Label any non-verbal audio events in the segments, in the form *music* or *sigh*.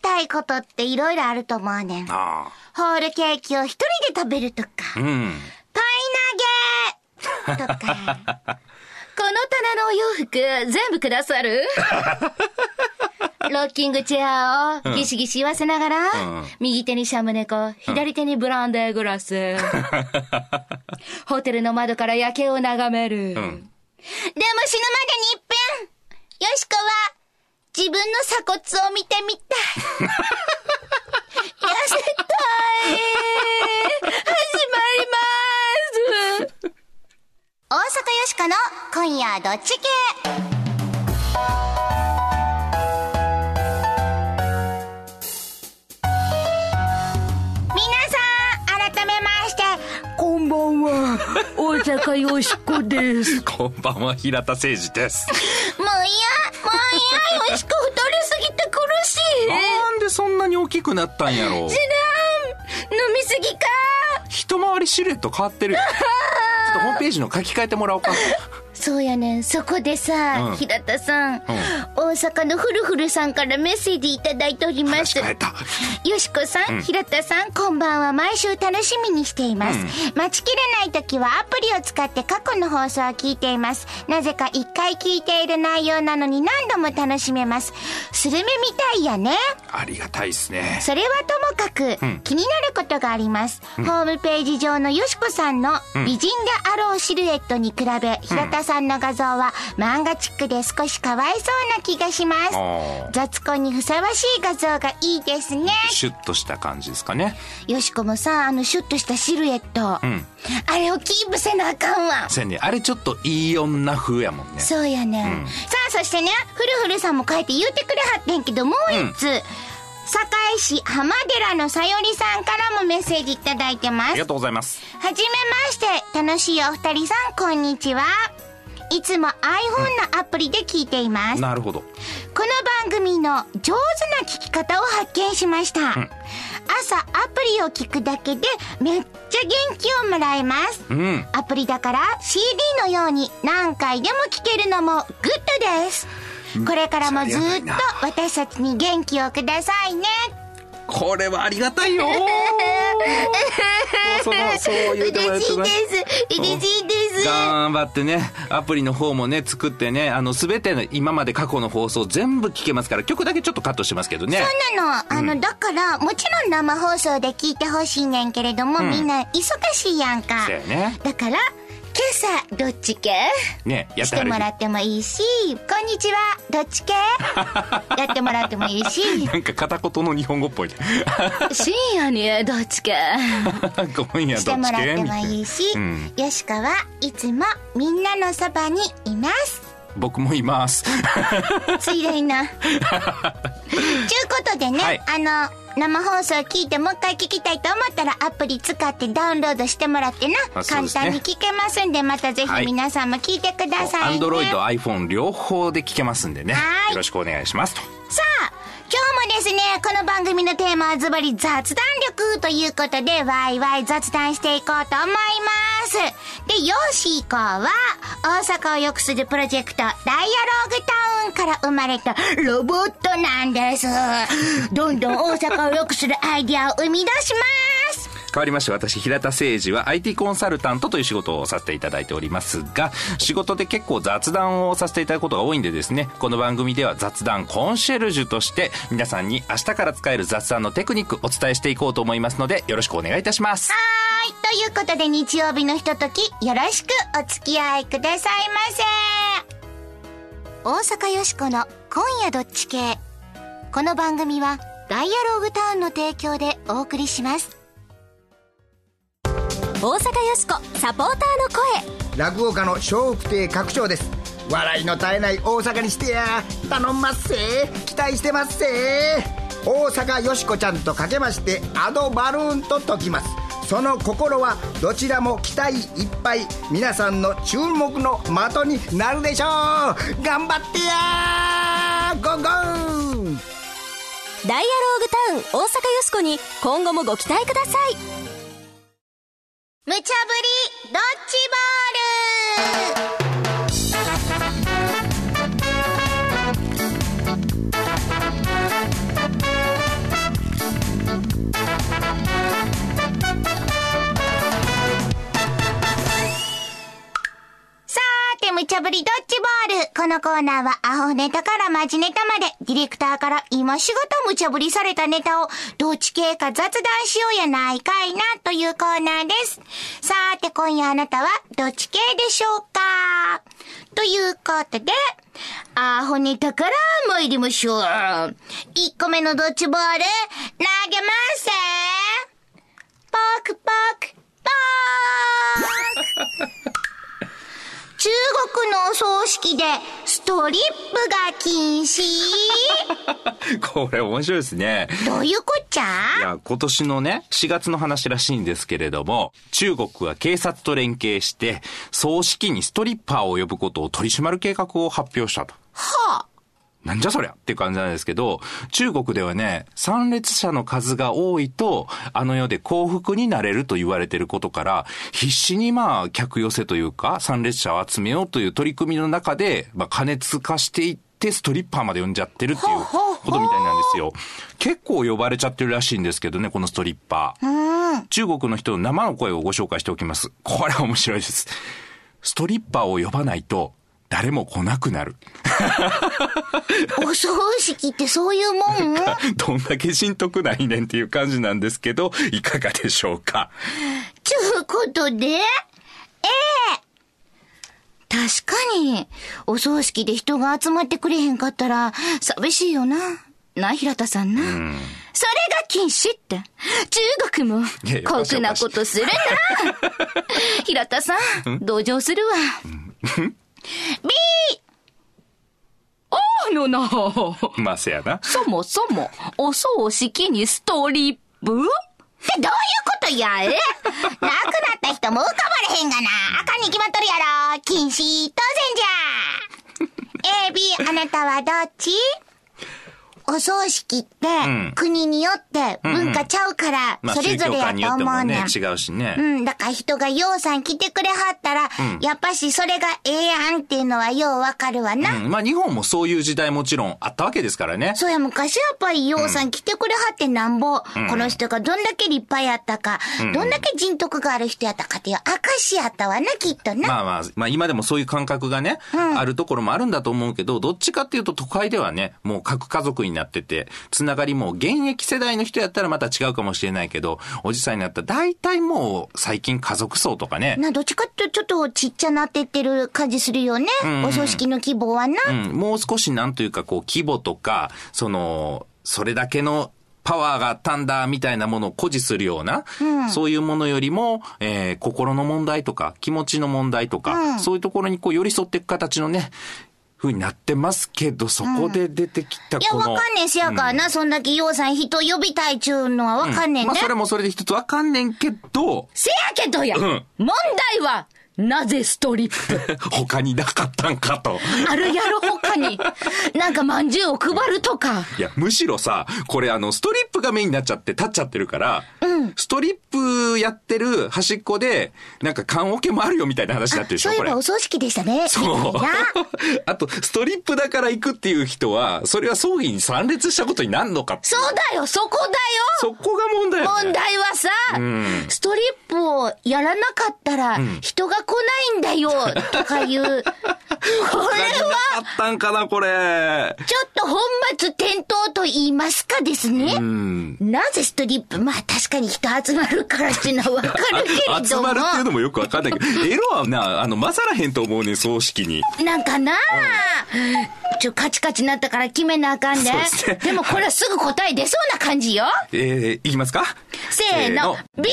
たいことっていろいろあると思うねん。ホあールケーキを一人で食べるとか、あ。うん。パイ投げとか。この棚のお洋服、全部くださるロッキングチェアをギシギシ言わせながら、ん右手にシャムネコ、左手にブランデーグラス。ホテルの窓から夜景を眺める。でも死ぬまでに一遍、よしこは自分の鎖骨を見てみたい。痩せたい始まります大阪よしこの今夜どっち系皆さん改めましてこんばんは大阪よしこですこんばんは、平田誠二 *laughs* です。もういやもういやよしこ太りすぎて苦しいなんでそんなに大きくなったんやろう。知らん飲みすぎか一回りシルエット変 *laughs* わってるよ。ちょっとホームページの書き換えてもらおうか。そうやねんそこでさ、うん平田さん、大阪のふるふるさんからメッセージいただいております話変えた。よしこさん、平田さん、こんばんは。毎週楽しみにしています。待ちきれない時はアプリを使って過去の放送を聞いています。なぜか一回聞いている内容なのに何度も楽しめます。スルメみたいやね。ありがたいですね。 *laughs* それはともかく、気になることがあります。ホームページ上のよしこさんの美人であろうシルエットに比べ、平田さんの画像は漫画チックで少しかわいそうな気がしますあ。ー雑コンにふさわしい画像がいいですね。シュッとした感じですかね。よしこもさあのシュッとしたシルエット、んあれをキープせなあかんわせやね、あれちょっといい女風やもんね。そうやね、ん、さあそしてねふるふるさんも書いて言うてくれはってんけどもう一つ、堺市浜寺のさよりさんからもメッセージいただいてまあすりがとうございます。はじめまして、楽しいお二人さん、こんにちは。いつも iPhone のアプリで聞いています。なるほど。この番組の上手な聞き方を発見しました、朝アプリを聞くだけでめっちゃ元気をもらえます、うん。アプリだから CD のように何回でも聴けるのもグッドですこれからもずそれーはやっばいなと私たちに元気をくださいねこれはありがたい *laughs* よ。そのそういうところ嬉しいとでねす嬉しいです頑張ってね、アプリの方もね、作ってね、あの、すべての今まで過去の放送全部聞けますから、曲だけちょっとカットしますけどね。そうなの。あの、だから、もちろん生放送で聞いてほしいねんけれども、みんな忙しいやんか。そうやねだから、今朝、どっち系ね、やっしてはてるも日。らってもいいし、こんにちは、どっ *laughs* ち系やってもらってもいいし、なんか片言の日本語っぽいね。深夜にどっち系今夜してどっもちらっ系てみもたいいいな。し、よしかはいつもみんなのそばにいます。僕もいます。ついでに *laughs* な。ちゅうことでね、はいあの、生放送聞いてもう一回聞きたいと思ったらアプリ使ってダウンロードしてもらってな。あそう簡ですね単に聞けますんで、またぜはひい皆さんも聞いてくださアいね。ンドロイド、iPhone 両方で聞けますんでね。よはいろしくお願いしますと。さあ、今日もですね、この番組のテーマはズバリ雑談力ということで、ワイワイ雑談していこうと思います。で、よし以降は、大阪を良くするプロジェクト、ダイアローグタウンから生まれたロボットなんです。どんどん大阪を良くするアイディアを生み出します。変わりまして私平田誠二は IT コンサルタントという仕事をさせていただいておりますが仕事で結構雑談をさせていただくことが多いんでですねこの番組では雑談コンシェルジュとして皆さんに明日から使える雑談のテクニックお伝えしていこうと思いますのでよろしくお願いいたしますはーい。ということで、日曜日のひととき、よろしくお付き合いくださいませ。大阪よしこの今夜どっち系。この番組は、ダイアログタウンの提供でお送りします。大阪よしこサポーターの声落語家の笑福亭拡張です笑いの絶えない大阪にしてや頼んますせ期待してますせ大阪よしこちゃんとかけましてアドバルーンと解きますその心はどちらも期待いっぱい皆さんの注目の的になるでしょう頑張ってやゴーゴーダイアローグタウン大阪よしこに今後もご期待ください無茶ぶりドッジボール無茶ぶりドッジボール。このコーナーはアホネタからマジネタまで、ディレクターから今仕事無茶ぶりされたネタを、どっち系か雑談しようやないかいな、というコーナーです。さーて今夜あなたは、どっち系でしょうかということで、アホネタから参りましょう。1個目のドッジボール、投げますポクポク、ポーク中国のお葬式でストリップが禁 *laughs* 止これ面白いですね。どういうこっちいゃや、今年のね、4月の話らしいんですけれども、中国は警察と連携して、葬式にストリッパーを呼ぶことを取り締まる計画を発表したと。はあ、なんじゃそりゃっていう感じなんですけど、中国ではね、参列者の数が多いと、あの世で幸福になれると言われてることから、必死にまあ、客寄せというか、参列者を集めようという取り組みの中で、まあ、加熱化していって、ストリッパーまで呼んじゃってるっていうことみたいなんですよ。結構呼ばれちゃってるらしいんですけどね、このストリッパー。中国の人の生の声をご紹介しておきます。これは面白いです。ストリッパーを呼ばないと、誰も来なくなる。お葬式ってそういうも *laughs* んどんだけ人徳ないねんっていう感じなんですけど、いかがでしょうか。ちゅうことで、ええ確かに、お葬式で人が集 *laughs* まってくれへんかったら、寂しいよな。な、平田さんな。それが禁止って。中国もいやい、や酷なことする *laughs* な。平田さん、同情するわ。B! ああのな、そまあ、せやな。もそも、お葬式にストリッってプどういうことやえ亡くなった人も浮かばれへんがな。あかんに決まっとるやろ。禁止、当 *laughs* 然じゃ。A、B、あなたはどっちお葬式って、ん国によって文化ちゃうから、まあ、それ宗ぞ教れや観によとって思もうねねん、。違うしね。うん、だから人がようさん来てくれはったら、やっぱしそれがええやんっていうのはようわかるわな。うんまあ、日本もそういう時代もちろんあったわけですからね。そうや、昔やっぱり、ようさん来てくれはってなんぼ、この人がどんだけ立派やったか、どんだけ人徳がある人やったかっていう証やったわな、きっとな。まあまあ、まあ今でもそういう感覚がね、あるところもあるんだと思うけど、どっちかっていうと都会ではね、もう各家族になってて、つながりも現役世代の人やったらまた違うかもしれないけど、おじさんになったら大体もう最近家族層とかね、な、どっちかっていうとちょっとちっちゃなってってる感じするよね。お葬式の規模はな。うん、もう少しなんというかこう規模とか、その、それだけのパワーがあったんだみたいなものを誇示するような、そういうものよりも、えー心の問題とか気持ちの問題とか、そういうところにこう寄り添っていく形のね、風になってますけど、そこで出てきたいや、こわの。かんねんしやからな、そんだけようさん人呼びたいちゅうのはわかんねんね。まあそれもそれで一つわかんねんけど、 *laughs* せやけどや、ん問題は、なぜストリップ他になかったんかと。あるやろ他に、なんか饅頭を配るとか。いや、むしろさ、これあの、ストリップがメインになっちゃって、立っちゃってるから、ストリップやってる端っこで、なんか缶オケもあるよみたいな話になってるでしょ、そういえこればお。葬式でしたね。そうみたいな。 *laughs* あと、ストリップだから行くっていう人は、それは葬儀に参列したことになるのかっていそうだよ、そこだよそこが問題よね問題はさ、んストリップをやらなかったら、人が来ないんだよ、とかいう。これは、何なかったんかな、これ。ちょっと本末転倒と言いますかですね。なぜストリップまあ確かに人集まるからっていうのはわかるけれ集どもま。るっていうのもよくわかんないけど、 *laughs* エロはな、あの、混ざらへんと思うねん、葬式に。なんかなあ、ちょ、カチカチなったから決めなあかんで、そうですねでもこれはすぐ答え出そうな感じよ。えー、いきますかせーの、せ B!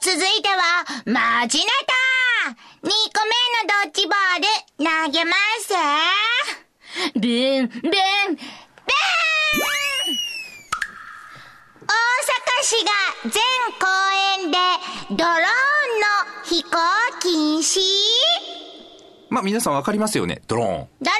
続いては、マジネタ !2 個目のドッジボール、投げますベン、ベン、大阪市が全公園でドローンの飛行禁止まあ、皆さんわかりますよね、ドローン。ドローン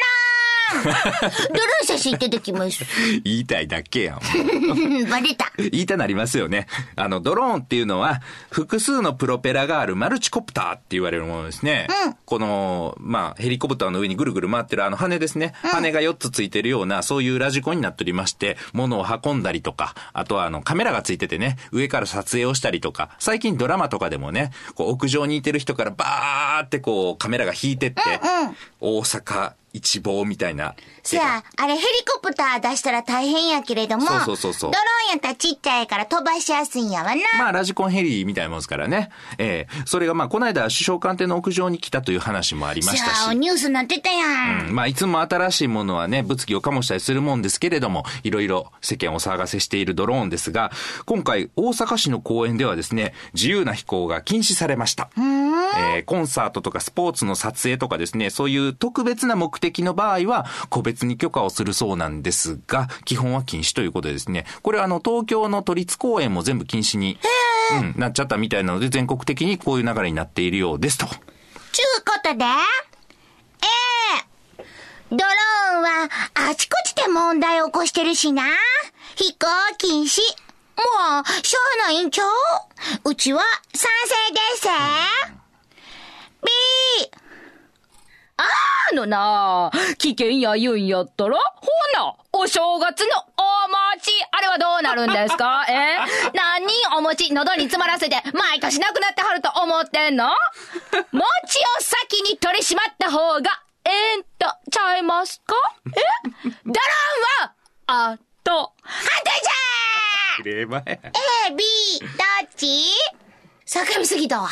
ドローン挨拶行っててきます。 *laughs* 言いたいだけやん。 *laughs* バレた。言いたなりますよね。あの、ドローンっていうのは、複数のプロペラがあるマルチコプターって言われるものですね。うんこの、まあ、ヘリコプターの上にぐるぐる回ってるあの羽ですね。羽が4つついてるような、そういうラジコンになっておりまして、物を運んだりとか、あとはあの、カメラがついててね、上から撮影をしたりとか、最近ドラマとかでもね、こう、屋上にいてる人からバーってこう、カメラが引いてって、大阪一望みたいな。せや、あれヘリコプター出したら大変やけれども、そうそうそうそうドローンやったらちっちゃいから飛ばしやすいんやわな。まあ、ラジコンヘリみたいなもんですからね。ええそれがまあ、この間、首相官邸の屋上に来たという話もありましたせや、し。ニュースなってたやん。うんまあ、いつも新しいものはね、物議を醸したりするもんですけれども、いろいろ世間をお騒がせしているドローンですが、今回、大阪市の公園ではですね、自由な飛行が禁止されました。えーコンサートとかスポーツの撮影とかですね、そういう特別な目的の場合は、個別に許可をするそうなんですが、基本は禁止ということでですね、これはあの、東京の都立公園も全部禁止に、うん、なっちゃったみたいなので、全国的にこういう流れになっているようですと。ちゅうことで、ええドローンはあちこちで問題を起こしてるしな。飛行禁止。もう、しょうの委員長うちは賛成です。B、あのな危険や言うんやったら、ほな、お正月のお餅、あれはどうなるんで *laughs* すかえ何人お餅喉に詰まらせて、毎年なくなってはると思ってんの餅を先に取り締まった方が、ええんと、ちゃいますかえドローンは、あと、反対じき *laughs* れいまや。ゃー !A、B、どっち叫びすぎたわ。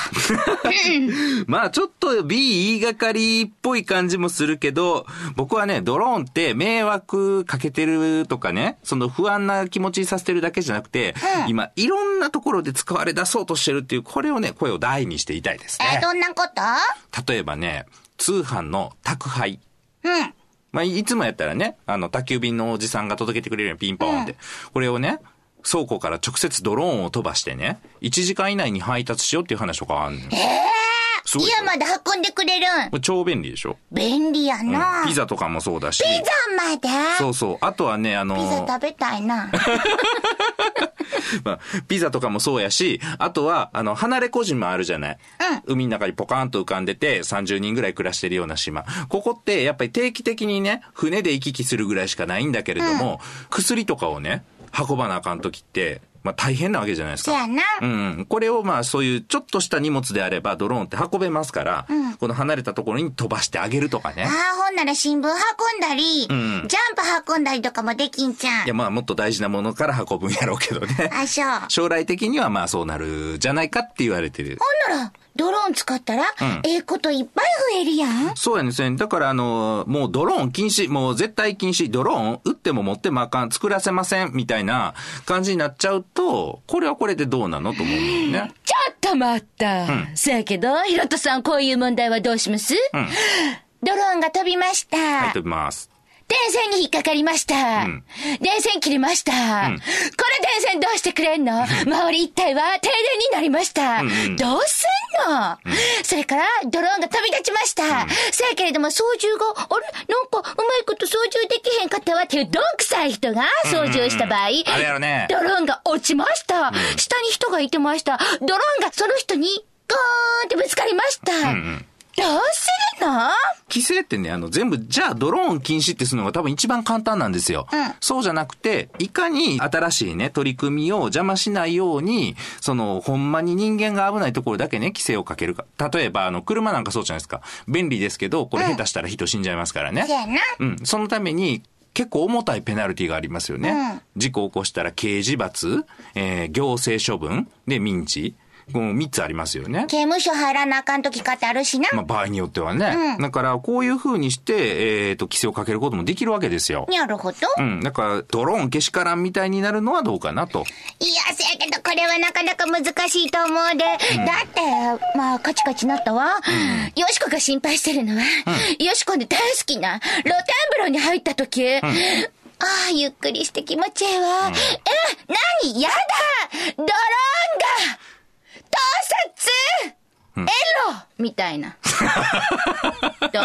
まあちょっと B 言いがかりっぽい感じもするけど、僕はね、ドローンって迷惑かけてるとかね、その不安な気持ちにさせてるだけじゃなくて、今いろんなところで使われ出そうとしてるっていう、これをね、声を大にしていたいですえねー、。どんなこと例えばね、通販の宅配。うん。まあ、いつもやったらね、あの、宅急便のおじさんが届けてくれるようにピンポーンって。これをね、倉庫から直接ドローンを飛ばしてね、1時間以内に配達しようっていう話とかあんの。すごいいでしや、ょまだ運んでくれるんこ。れ超便利でしょ便利やな。ピザとかもそうだし。ピザまでそうそう。あとはね、あの、ピザ食べたいな。まあピザとかもそうやし、あとは、あの、離れ小島あるじゃない。海の中にポカンと浮かんでて、30人ぐらい暮らしてるような島。ここって、やっぱり定期的にね、船で行き来するぐらいしかないんだけれども、薬とかをね、運ばなあかんときって、まあ大変なわけじゃないですそか。やな。うん、これをまあそういうちょっとした荷物であればドローンって運べますから、この離れたところに飛ばしてあげるとかねあ。あ、ほんなら新聞運んだり、ジんャンプ運んだりとかもできんじゃいやん。まあもっと大事なものから運ぶんやろうけどね。あ、そう。ほん将来的にはまあそうなるじゃないかって言われてる。なら、ドローン使ったら、んええこといっぱい増えるやん。そうやねんせん。だからあの、もうドローン禁止、もう絶対禁止、ドローン撃っても持ってもあかん、作らせません、みたいな感じになっちゃうと、これはこれでどうなのと思うのね。ちょっと待った。せやけど、ひろとさん、こういう問題はどうします、んドローンが飛びました。はい、飛びます。電線に引っかかりました。ん電線切りました。これ電線どうしてくれんの周り一帯は停電になりました。どうすんの、それから、ドローンが飛び立ちました。そやけれども、操縦が、あれなんか、うまいこと操縦できへんかったわっていう、どんくさい人が操縦した場合、あれやろねドローンが落ちました。下に人がいてました。ドローンがその人に、ゴーンってぶつかりました。どうするの規制ってね、あの、全部、じゃあドローン禁止ってするのが多分一番簡単なんですよ。そうじゃなくて、いかに新しいね、取り組みを邪魔しないように、その、ほんまに人間が危ないところだけね、規制をかけるか。例えば、あの、車なんかそうじゃないですか。便利ですけど、これ下手したら人死んじゃいますからね。せやな。うん、そのために、結構重たいペナルティがありますよね。うん事故を起こしたら刑事罰、えー行政処分、で、民事。この3つありますよね。刑務所入らなあかん時かってあるしな。まあ、場合によってはね。だから、こういう風にして、えっ、と、規制をかけることもできるわけですよ。なるほど。うん。だから、ドローンけしからんみたいになるのはどうかなと。いや、せやけど、これはなかなか難しいと思うで。だって、まあ、カチカチなったわ。よしこが心配してるのは、よしこの大好きな露天風呂に入った時、ああ、ゆっくりして気持ちええわ。え、なにやだ *laughs* ドローンが盗撮エロみたいな。どうしてくれる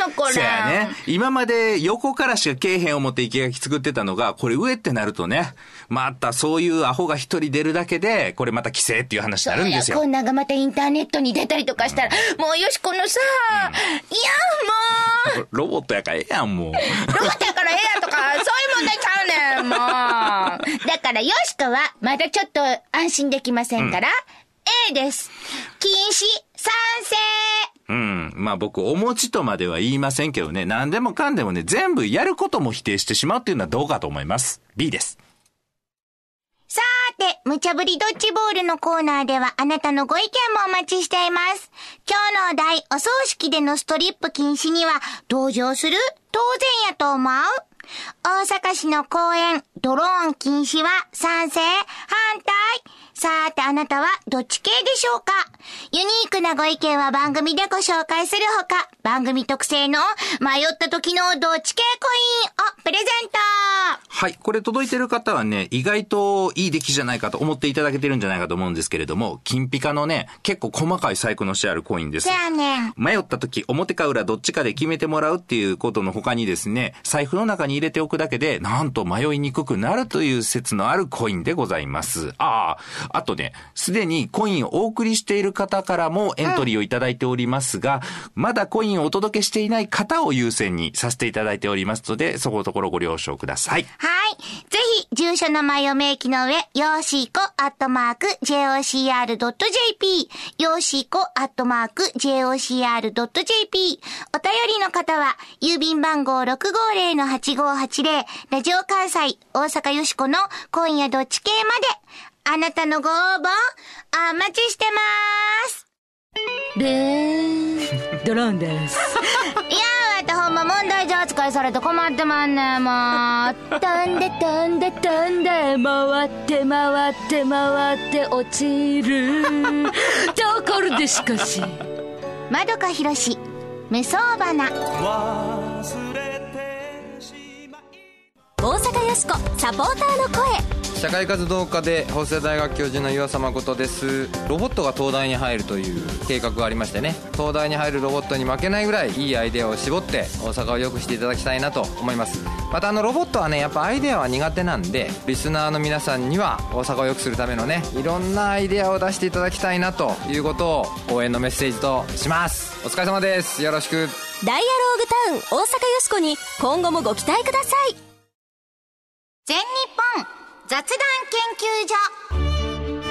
のこれ。そうやね。今まで横からしかけえへん思って生垣作ってたのが、これ上ってなるとね、またそういうアホが一人出るだけで、これまた規制っていう話になるんですこよ。んなんがまたインターネットに出たりとかしたら、もうよしこのさ、いや *laughs* ロボットやからええやん、もう。もう、ロボットやからええやとか、そういう問題ちゃうねん、もう。だから、よしこは、まだちょっと安心できませんから、A です。禁止、賛成うん。まあ僕、お餅とまでは言いませんけどね、何でもかんでもね、全部やることも否定してしまうっていうのはどうかと思います。B です。さーて、無茶ぶりドッジボールのコーナーではあなたのご意見もお待ちしています。今日のお題、お葬式でのストリップ禁止には同情する当然やと思う大阪市の公園、ドローン禁止は賛成反対さーてあなたはどっち系でしょうかユニークなご意見は番組でご紹介するほか、番組特製の迷った時のどっち系コインをプレゼントはい。これ届いてる方はね、意外といい出来じゃないかと思っていただけてるんじゃないかと思うんですけれども、金ピカのね、結構細かい細工のしてあるコインです。じゃあね。迷った時、表か裏どっちかで決めてもらうっていうことの他にですね、財布の中に入れておくだけで、なんと迷いにくくなるという説のあるコインでございます。ああ、あとね、すでにコインをお送りしている方からもエントリーをいただいておりますが、まだコインをお届けしていない方を優先にさせていただいておりますので、そこのところご了承ください。はい。ぜひ、住所名前を明記の上、よーしーこ、アットマーク、jocr.jp、よーしーこ、アットマーク、jocr.jp。お便りの方は、郵便番号650-8580、ラジオ関西、大阪よしこの、今夜どっち系まで、あなたのご応募、お待ちしてます。ブーン。ドローンです。いやー、わてほんま問題児扱いされて困ってまんねん、もう。飛んで飛んで飛んで回って回って回って落ち *laughs* るところでしかしまどかひろし、無双花。大阪よしこサポーターの声社会活動家で法政大学教授の岩佐誠ですロボットが東大に入るという計画がありましてね東大に入るロボットに負けないぐらいいいアイデアを絞って大阪を良くしていただきたいなと思いますまたあのロボットはねやっぱアイデアは苦手なんでリスナーの皆さんには大阪を良くするためのねいろんなアイデアを出していただきたいなということを応援のメッセージとしますお疲れ様ですよろしくダイアローグタウン大阪よしこに今後もご期待ください全日本雑談研究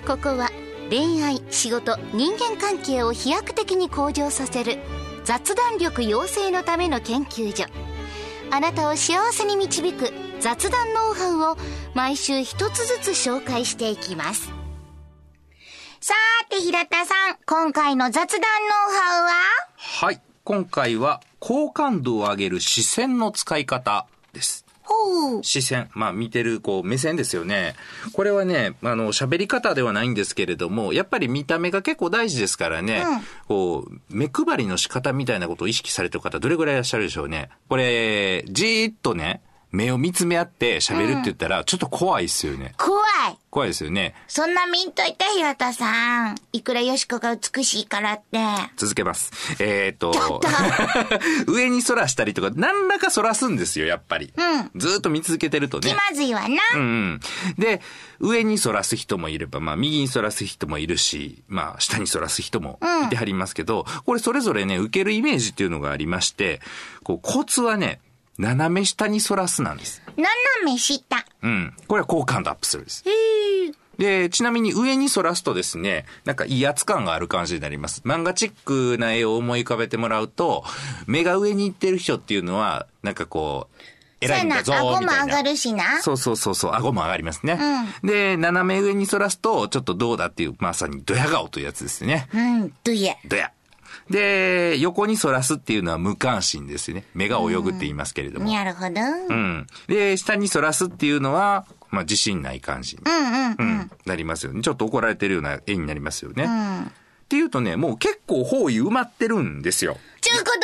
所ここは恋愛仕事人間関係を飛躍的に向上させる雑談力養成のための研究所あなたを幸せに導く雑談ノウハウを毎週一つずつ紹介していきますさーて平田さん今回の雑談ノウハウははい。今回は、好感度を上げる視線の使い方です。ほう視線。まあ、見てる、こう、目線ですよね。これはね、あの、喋り方ではないんですけれども、やっぱり見た目が結構大事ですからね、こう、目配りの仕方みたいなことを意識されてる方、どれぐらいいらっしゃるでしょうね。これ、じーっとね、目を見つめ合って喋るって言ったら、ちょっと怖いですよね。怖い怖いですよね。そんな見んといて、平田さん。いくらよしこが美しいからって。続けます。えー、っとちょっ、 *laughs* 上に反らしたりとか、何らか反らすんですよ、やっぱり。うずーっと見続けてるとね。気まずいわな。うんうん。で、上に反らす人もいれば、まあ、右に反らす人もいるし、まあ、下に反らす人もいてはりますけど、これそれぞれね、受けるイメージっていうのがありまして、こう、コツはね、斜め下に反らすなんです。斜め下。うん。これは好感度アップするんです。で、ちなみに上に反らすとですね、なんか威圧感がある感じになります。漫画チックな絵を思い浮かべてもらうと、目が上に行ってる人っていうのは、なんかこう、偉いんだそぞうやなーみたいな。顎も上がるしなそうそうそうそう、顎も上がりますね。で、斜め上に反らすと、ちょっとどうだっていう、まさにドヤ顔というやつですね。うん、といえ。どや。で、横に反らすっていうのは無関心ですよね。目が泳ぐって言いますけれども。なるほど。う。うんで、下に反らすっていうのは、まあ、自信ない感じに、んうんなりますよね。ちょっと怒られてるような絵になりますよね。っていうとね、もう結構方位埋まってるんですよ。ちゅうことは、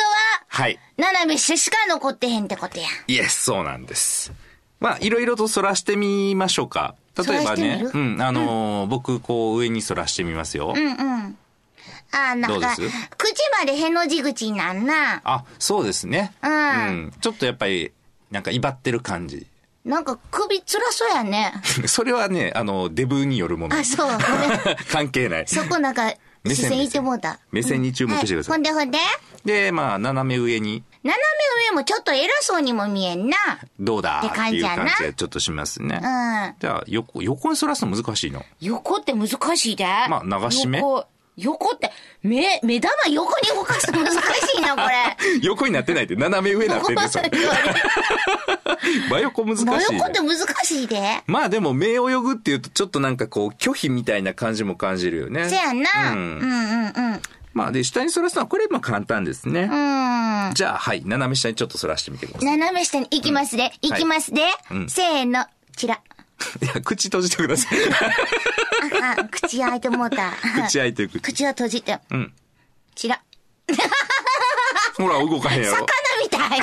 はい。斜め下しか残ってへんってことや。イエス、そうなんです。まあ、いろいろと反らしてみましょうか。例えば反らしてみねる、うん、あのー僕、こう、上に反らしてみますよ。うんうん。あー、などんうでか、す口までへの字口なんな。あ、そうですね。うんんちょっとやっぱり、なんか威張ってる感じ。 *laughs* なんか首辛そうやね。それはね、あの、デブによるもの。あ、そう。ごめん *laughs* 関係ない。そこなんか、視線いってもうた。目線に注目してください。はい、ほんでほんでで、まあ、斜め上に、斜め上もちょっと偉そうにも見えんな。どうだってって感じいうやな感じでちょっとしますね。うん。じゃあ、横、横にそらすの難しいの。 *laughs* 横って難しいで。まあ流し目横、横って、目、目玉横に動かすの難しいな、これ。横になってないって、斜 *laughs* め上になってるんですよ。真横難しいね、真横って難しいで。まあでも、目泳ぐっていうと、ちょっとなんかこう、拒否みたいな感じも感じるよね。せやな。う、ううん、んん。うんうん。うん。まあ、で、下にそらすのは、これ、まあ簡単ですね。斜じゃあ、はい、斜め下にちょっとそらしてみてください。め下に行きますで、行きますで、うんせーの、チラ。いや、口閉じてください。 *laughs* あ、あ口開いてもうた。口開いてる口。口を閉じて。うん。チラ。ほら、動かへんや魚ろ。みた *laughs* い。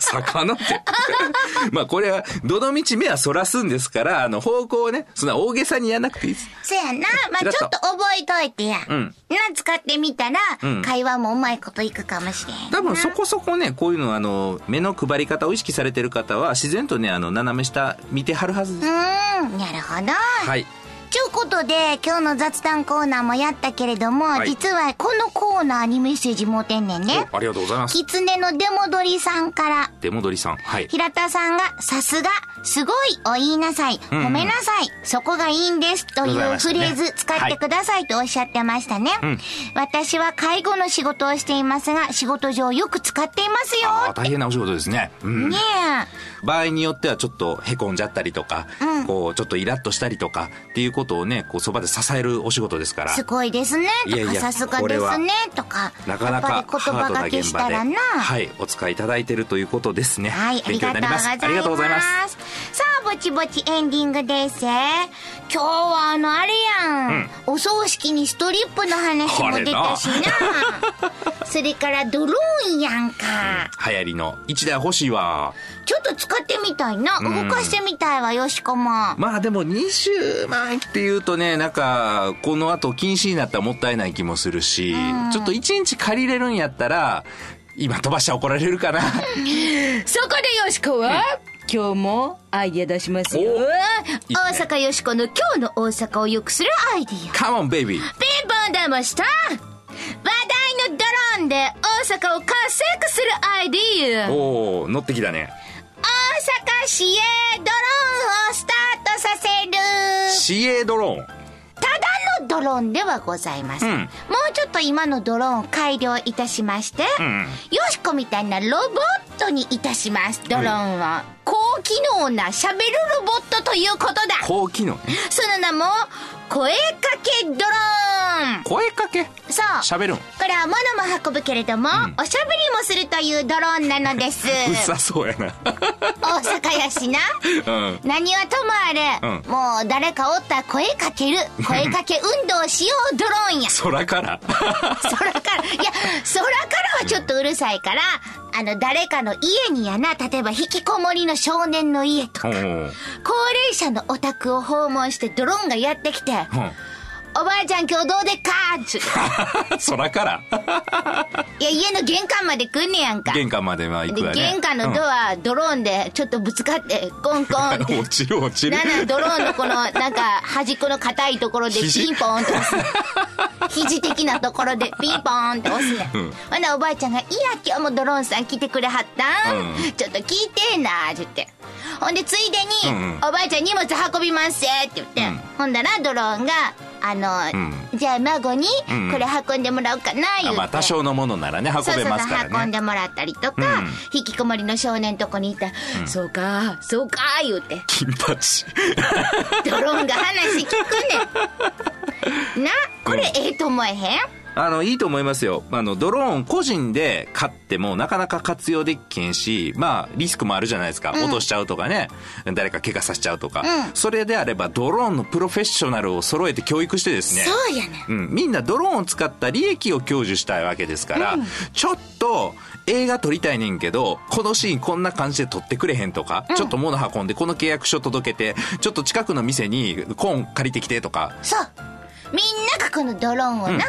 魚って。 *laughs* まあ、これは、どの道目はそらすんですから、あの、方向をね、そんな大げさにやらなくていいです。せやな。まあチちょラっッとと覚えといてや。うんな、使ってみたら、うん会話もうまいこといくかもしれん。多分そこそこね、こういうの、あの、目の配り方を意識されてる方は、自然とね、あの、斜め下見てはるはずです。うーん、なるほど。はい。ちゅうことで、今日の雑談コーナーもやったけれども、はい実はこのコーナーにメッセージ持てんねんね。おありがとうございます。キツネの出戻りさんから、出戻りさん。はい。平田さんが、さすが、すごいを言いなさい、んうん褒めなさい、そこがいいんです、といございうましフたねレーズ使ってくださいとおっしゃってましたね。ん私は介護の仕事をしていますが、仕事上よく使っていますああ、よ。大変なお仕事ですね。うん。ね場合によってはちょっとへこんじゃったりとか、うんこう、ちょっとイラッとしたりとか、っていうことをね、こう、そばで支えるお仕事ですかえ、らす。ごいですね、といやか、いやさすがこでれはすね、とか、なかなやかっぱり言ハー葉ドながけ現し場たで、らな。はい、お使いいただいてるということですね。はい、あり勉強がにとなうございまりま。すす。ありがとうございます。さあ、ぼちぼちエンディングです。今日はあの、あれやん,、お葬式にストリップの話も出た *laughs* しな。それからドローンやんか。流行りの一台欲しいわ。ちょっと使ってみたいな。ん動かしてみたいわ、よしこも。まあでも20万っていうとね、なんか、この後禁止になったらもったいない気もするし、ちょっと1日借りれるんやったら、今飛ばしちゃ怒られるかな。 *laughs* そこでよしこは、今日もアイデア出しますよおいい大阪よしこの今日の大阪を良くするアイデアカモンベイビー。ピンポンだました話題のドローンで大阪を活性化するアイディアおお乗ってきたね。大阪市へドローンをスタートさせる。市営ドローン。ただのドローンではございません。うんもうちょっと今のドローンを改良いたしまして、うん。よしこみたいなロボットにいたしますドローンは、高機能なしゃべるロボットということだ高機能ね。その名も声かけドローン声かけ。そう喋るん。これは物も運ぶけれども、おしゃべりもするというドローンなのです *laughs* うっさそうやな。大阪やしなうん。何はともあれ、うんもう誰かおったら声かけ *laughs* る声かけ運動しようドローンや空から。空から、いや、空からはちょっとうるさいから、あの、誰かの家にやな、例えば引きこもりの少年の家とか、おー高齢者のお宅を訪問してドローンがやってきて、おばあちゃん今日どうでっかっつってうん。空から。いや、家の玄関まで来んねやんか。玄関までまあ行くわで、ね。玄関のドア。ア、ドローンでちょっとぶつかって、コンコンって。落ちる落ちる。なんなんドローンのこの、なんか、端っこの硬いところで肘ピンポーンって押 *laughs* す。肘的なところでピンポーンって押すねん。うんほなおばあちゃんが、いや、今日もドローンさん来てくれはったん、うんちょっと聞いてえな、って言って。ほんで、ついでに、うんうんおばあちゃん荷物運びますって言って、うんほんだらドローンが、あの、うじゃあ孫にうんうんこれ運んでもらおうかな、言あって。まあ多少のものならね、運そうそうべそうますからね。運んでもらったりとか、うん引きこもりの少年とこにいた、そうか、そうか、言うて。金八。ドローンが話聞く *laughs* ねん。な、これええと思えへんあの、いいと思いますよ。あの、ドローン個人で買ってもなかなか活用できへんし、まあ、リスクもあるじゃないですか。落としちゃうとかね、誰か怪我させちゃうとか。うんそれであれば、ドローンのプロフェッショナルを揃えて教育してですね。そうやねん。うん、みんなドローンを使った利益を享受したいわけですから、ちょっと映画撮りたいねんけど、このシーンこんな感じで撮ってくれへんとか、ちょっと物運んでこの契約書届けて、ちょっと近くの店にコーン借りてきてとか、そう。みんながこのドローンをな、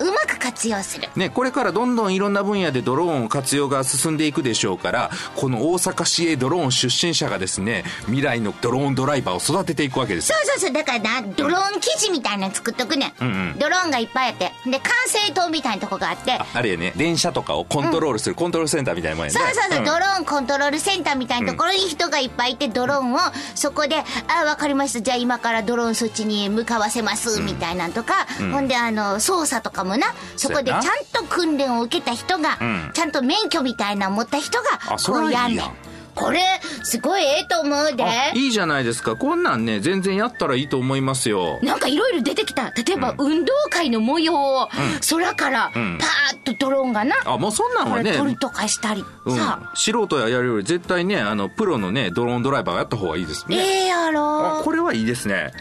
うまく活用する。ね、これからどんどんいろんな分野でドローン活用が進んでいくでしょうから、この大阪市営ドローン出身者がですね、未来のドローンドライバーを育てていくわけですそ。うそうそう、だからな、ドローン生地みたいなの作っとくねん。んうんドローンがいっぱいあって。で、管制塔みたいなとこがあって、ああれやね、電車とかをコントロールする、コントロールセンターみたいなもんやね。そうそうそう、んドローンコントロールセンターみたいなところに人がいっぱいいて、ドローンをそこで、あ、わかりました、じゃあ今からドローンそっちに向かわせます、みたいなんとか、ほんで、あの、操作とかもな、そこでちそゃうやんなと訓練を受けた人が、んちゃんと免許みたいなの持った人が、あそこれうはいいややんんねん。これ、すごいええと思うで。あいいじゃないですか。こんなんね、全然やったらいいと思いますよ。なんかいろいろ出てきた。例えば、運動会の模様を、空から、パんーッとドローンがな、あ、もうそんなんこはれね、取りとかしたりうん、さ、素人ややるより絶対ね、あの、プロのね、ドローンドライバーがやった方がいいですえね。えやあ、ろこれはいいですね。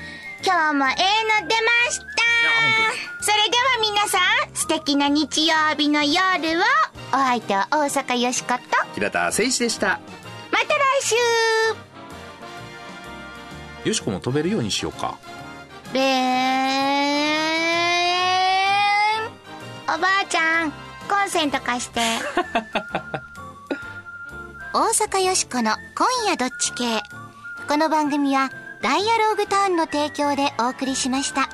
今日もええの出ましたそれでは皆さん素敵な日曜日の夜をお相手は大阪よしこと平田誠一でした。また来週よしこも飛べるようにしようか。べーんおばあちゃんコンセント貸して大阪よしこの「今夜どっち系」この番組は「ダイアローグターン」の提供でお送りしました。